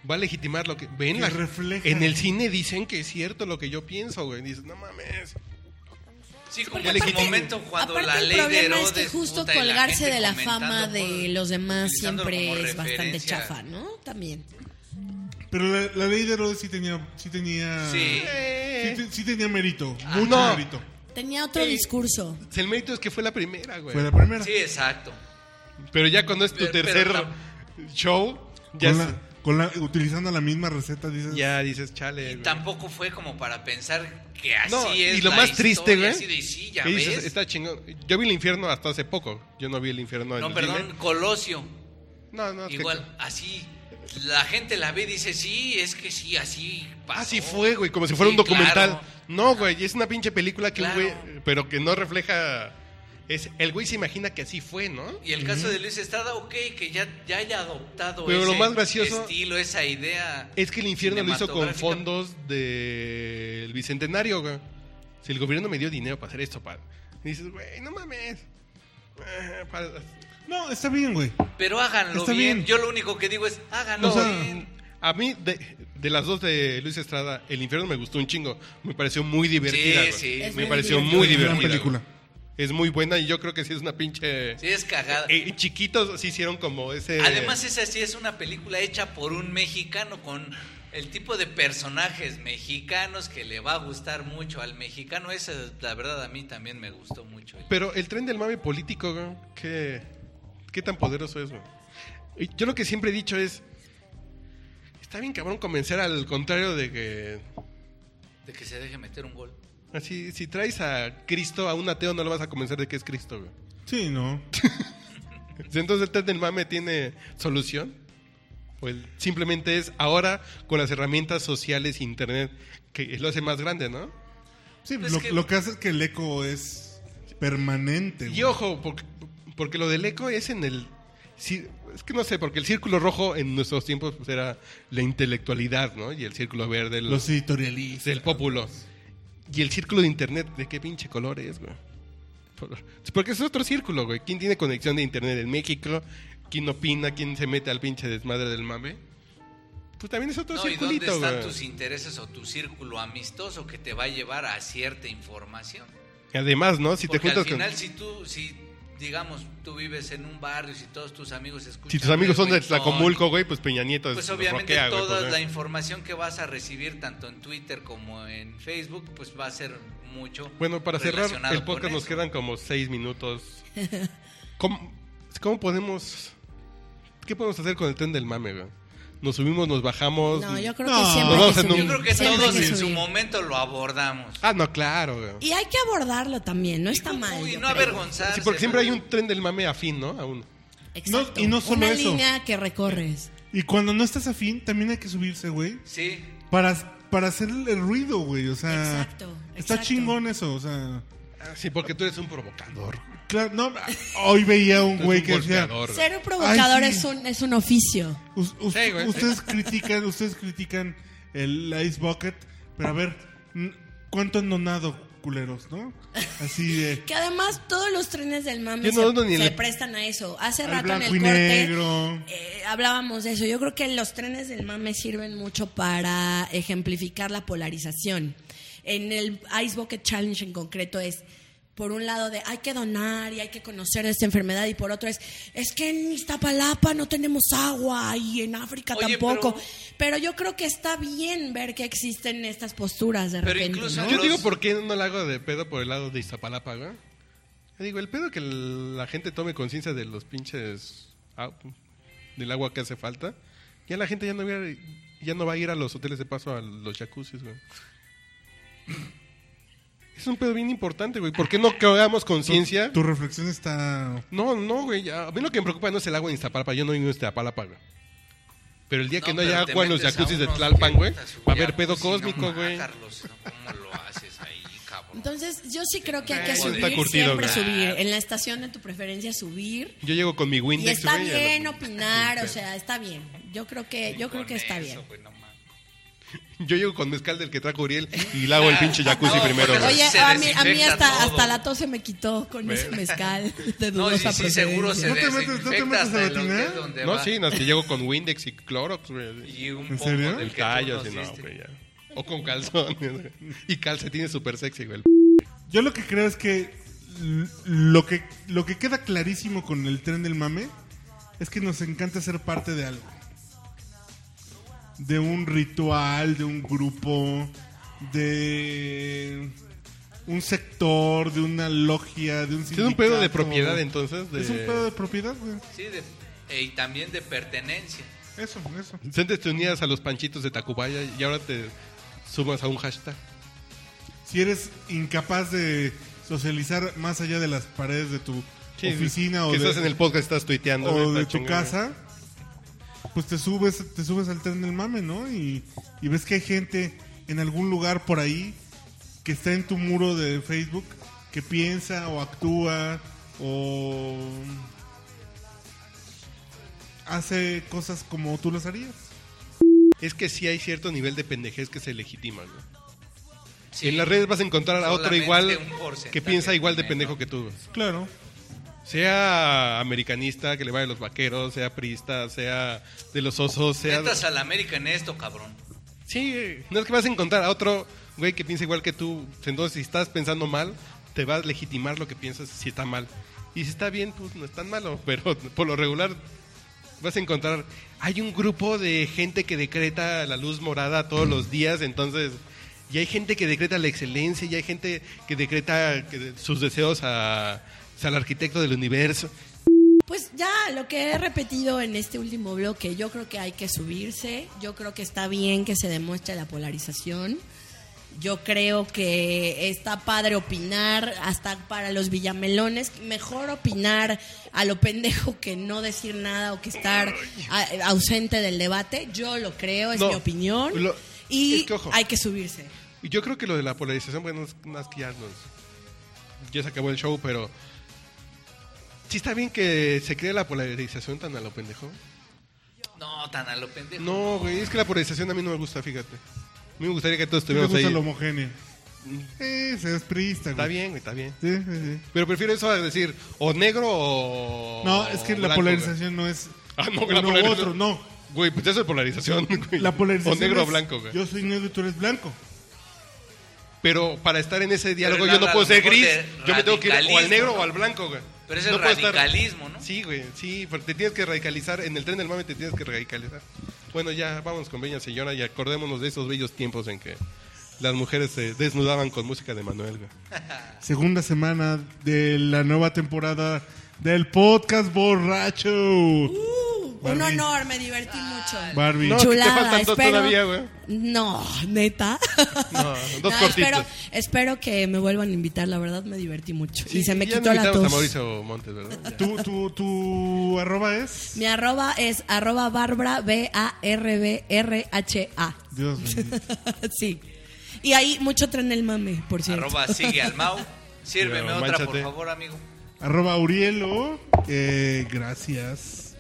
va a legitimar lo que ven Que la- refleja. en el cine dicen que es cierto lo que yo pienso, güey. Dicen, "No mames." Sí, como Porque en su aparte- momento cuando aparte la el ley de problema Herodes... es que justo puta, y la colgarse gente de la comentando, fama de pues, los demás utilizándolo siempre como es bastante referencia. chafa, ¿no? También. Pero la, la ley de Herodes sí tenía. Sí, tenía, Sí. sí te- sí tenía mérito. mucho Ah, no. mérito. Tenía otro discurso. Pues El mérito es que fue la primera, güey. Fue la primera. Sí, exacto. Pero ya cuando es tu Pero- pero tercer show, ya, con es- la- con la- utilizando la misma receta, dices. ya dices, chale. Y güey". tampoco fue como para pensar que así Eh, No, es y lo la más triste, historia, güey. así de, sí, ya que dices, ves. está chingón. Yo vi el infierno hasta hace poco. Yo no vi el infierno en No, el perdón, cine. Colosio. No, Pues, no, es que- Igual, así. La gente la ve y dice, sí, es que sí, así pasó. Así Ah, fue, güey, como si fuera Sí, un documental. claro. No, güey, es una pinche película que un Claro. güey, pero que no refleja es el güey se imagina que así fue, ¿no? Y el caso de Luis Estrada, ok, que ya, ya haya adoptado Pero ese lo más gracioso- estilo, esa idea. Es que el infierno lo hizo con cinematográfica. fondos del bicentenario, güey. Si el gobierno me dio dinero para hacer esto, padre. Y dices, güey, no mames. Ah, para- No, está bien, güey. Pero háganlo Está bien. bien. Yo lo único que digo es, háganlo No, bien. a mí de, de las dos de Luis Estrada, El infierno me gustó un chingo. Me pareció muy divertida. Sí, güey. sí. Es Me muy pareció divertida. muy Gran divertida. película. güey. Es muy buena y yo creo que sí es una pinche Sí, es cagada. Eh, eh, chiquitos sí hicieron como ese. Además, esa sí es una película hecha por un mexicano con el tipo de personajes mexicanos que le va a gustar mucho al mexicano. Esa, la verdad, a mí también me gustó mucho. Pero el tren del mame político, güey, ¿qué, qué tan poderoso es, güey? Y Yo lo que siempre he dicho es. Está bien cabrón convencer al contrario de que. De que se deje meter un gol. Así, si traes a Cristo, a un ateo, no lo vas a convencer de que es Cristo, güey. Sí, no. Entonces, ¿el tren del mame tiene solución? O el- simplemente es ahora con las herramientas sociales, internet, que lo hace más grande, ¿no? [LAUGHS] Sí, Pues lo, que- lo que hace es que el eco es permanente. güey. Y ojo, porque, porque lo del eco es en el... sí, es que no sé, porque el círculo rojo en nuestros tiempos pues, era la intelectualidad, ¿no? Y el círculo verde, el, Los editorialistas. el populo. Y el círculo de internet, ¿de qué pinche color es, güey? Por- Porque es otro círculo, güey. ¿Quién tiene conexión de internet en México? ¿Quién opina? ¿Quién se mete al pinche desmadre del mame? Pues también es otro No, ¿y dónde circulito, están güey. tus intereses o tu círculo amistoso que te va a llevar a cierta información? Además, ¿no? Si Porque te al juntas final, con... si tú, si digamos, tú vives en un barrio, si todos tus amigos escuchan. Si tus amigos son de reggaetón, Tlacomulco, güey, pues Peña Nieto Pues los obviamente bloquea, güey, toda pues, la ¿no? información que vas a recibir tanto en Twitter como en Facebook, pues va a ser mucho. Bueno, para cerrar relacionado el con podcast nos eso. quedan como seis minutos. [LAUGHS] ¿Cómo, cómo podemos... ¿Qué podemos hacer con el tren del mame, güey? Nos subimos, nos bajamos. No, yo creo No. que siempre. Nos vamos hay que en un- Yo subir, creo que siempre hay todos que en su subir. momento lo abordamos. Ah, no, claro, güey. Y hay que abordarlo también, no está mal. Y yo no creo. avergonzarse. Sí, porque siempre hay un tren del mame afín, ¿no? A uno. Exacto. No, y no solo Una eso. línea que recorres. Y cuando no estás afín, también hay que subirse, güey. Sí. Para, para hacer el ruido, güey. O sea. Exacto, Está exacto. chingón eso, o sea. Ah, Sí, porque tú eres un provocador. Claro, no, hoy veía un güey que decía. golpeador, güey. Ser un provocador Ay, sí. es, un, es un oficio. "Us- us- Sí, güey, sí. ustedes critican, ustedes critican el Ice Bucket, pero a ver, n- ¿cuánto han donado, culeros, no? Así de. Que además todos los trenes del mame Yo no se- dudo se, ni en el- prestan a eso. Hace Al rato en el blanco y corte negro. eh, hablábamos de eso. Yo creo que los trenes del mame sirven mucho para ejemplificar la polarización. En el Ice Bucket Challenge en concreto es por un lado de hay que donar y hay que conocer esta enfermedad y por otro es es que en Iztapalapa no tenemos agua y en África Oye, tampoco. Pero, pero- yo creo que está bien ver que existen estas posturas de Pero repente. incluso- ¿no? Yo Los- digo por qué no la hago de pedo por el lado de Iztapalapa, güey. Yo digo, el pedo que el- la gente tome conciencia de los pinches au- del agua que hace falta, ya la gente ya no va a, ir- ya no va a ir a los hoteles de paso a los jacuzzis, güey. Es un pedo bien importante, güey. ¿Por qué no creamos conciencia? Tu reflexión está. No, no, güey. ya. A mí lo que me preocupa no es el agua en Iztapalapa. Yo no vivo en Iztapalapa, güey. Pero el día que no haya pero te agua en los metes a jacuzzis de unos Tlalpan, güey, putas, va a haber pedo jacuzzi, pues, no cósmico, ma, güey. Carlos, no, ¿cómo lo haces ahí, cabrón? Entonces, yo sí creo que hay que Está subir, curtido, siempre güey. subir. En la estación de tu preferencia, subir. Yo llego con mi Y Windex. está güey, a la- bien opinar, o sea, está bien. Yo creo que, yo creo que está bien. Yo llego con mezcal del que trajo Uriel y le hago el pinche jacuzzi No, primero. porque- güey. Oye, Se a mí, a mí desinfecta hasta, todo. hasta la tos se me quitó con ese mezcal de No, sí, dudosa sí, seguro se procedencia. ¿No te metes- no te desinfecta metes a hasta la el tina? hotel donde No, va. sí, no, que llego con Windex y Clorox, güey. Y un ¿En poco serio? del El que tallo, tú así, nos no, diste. güey, ya. O con calzones. güey. Y calcetines súper sexy, güey. Yo lo que creo es que l- lo que lo que queda clarísimo con el tren del mame es que nos encanta ser parte de algo. De un ritual, de un grupo, de un sector, de una logia, de un ¿Es un pedo de sindicato. propiedad entonces? De... Es un pedo de propiedad, güey. Sí, de- e- y también de pertenencia. Eso, eso. Antes te unías a los panchitos de Tacubaya y ahora te sumas a un hashtag. Si eres incapaz de socializar más allá de las paredes de tu oficina o que de, estás en el podcast, estás tuiteando. o güey, está de tu chingón, casa, pues te subes, te subes al tren del mame, ¿no? Y, y ves que hay gente en algún lugar por ahí que está en tu muro de Facebook que piensa o actúa o hace cosas como tú las harías. güey. Es que sí hay cierto nivel de pendejez que se legitima, güey. Sí. En las redes vas a encontrar a otro Solamente igual un porcentaje que piensa igual de menos. pendejo que tú. güey. Claro. Sea americanista, que le vaya a los vaqueros, sea priista, sea de los osos, sea... Metas al América en esto, cabrón. Sí, no es que vas a encontrar a otro güey que piensa igual que tú. Entonces, si estás pensando mal, te va a legitimar lo que piensas si está mal. Y si está bien, pues no es tan malo. [LAUGHS] Pero por lo regular vas a encontrar... Hay un grupo de gente que decreta la luz morada todos los días, entonces... Y hay gente que decreta la excelencia, y hay gente que decreta que de- sus deseos a, al arquitecto del universo. Pues ya, lo que he repetido en este último bloque, yo creo que hay que subirse, yo creo que está bien que se demuestre la polarización, yo creo que está padre opinar, hasta para los villamelones, mejor opinar a lo pendejo que no decir nada o que estar a- ausente del debate, yo lo creo, es No, mi opinión, lo- y es que ojo. hay que subirse. Y Yo creo que lo de la polarización, bueno, es más que ya nos- Ya se acabó el show, pero. Sí está bien que se cree la polarización tan a lo pendejo. No, tan a lo pendejo. No, güey, es que la polarización a mí no me gusta, fíjate. A mí me gustaría que todos ¿Qué te estuviéramos gusta ahí. Mm. lo homogéneo? Eh, seas priista, Está güey. bien, güey, está bien. Sí, sí, sí. Pero prefiero eso a decir o negro o. No, es que la Oh, blanco, polarización no es [LAUGHS] Ah, no, uno la u polarización- otro, no. güey. Güey, pues eso es polarización, [LAUGHS] güey. La polarización O negro o es, blanco, güey. Yo soy negro y tú eres blanco. Pero para estar en ese diálogo Pero yo nada, no puedo a lo ser mejor gris. de Yo me tengo que ir o al radicalismo, negro ¿no? o al blanco, güey. Pero es el No puedo estar- radicalismo, ¿no? Sí, güey, sí, porque te tienes que radicalizar. En el tren del mame te tienes que radicalizar. Bueno, ya vamos con Bella Señora y acordémonos de esos bellos tiempos en que las mujeres se desnudaban con música de Manuel. güey. Segunda semana de la nueva temporada del podcast borracho. Uh, un Barbie. honor, me divertí mucho. Barbie. No, Chulada, que te faltan dos espero- todavía, güey. No, neta. No, [LAUGHS] dos No, cortitos. Espero, espero que me vuelvan a invitar, la verdad me divertí mucho. y Sí, se me ya quitó la no invitamos a tos. Mauricio Montes, ¿verdad? ¿Tu, tu, tu arroba es? Mi arroba es arroba barbara B A R B R H A. [LAUGHS] Dios mío. sí. Y ahí mucho tren el mame, por cierto. Arroba sigue al [LAUGHS] Mau. Sírveme Pero otra, mánchate. por favor, amigo. Arroba Aurielo. Eh, gracias.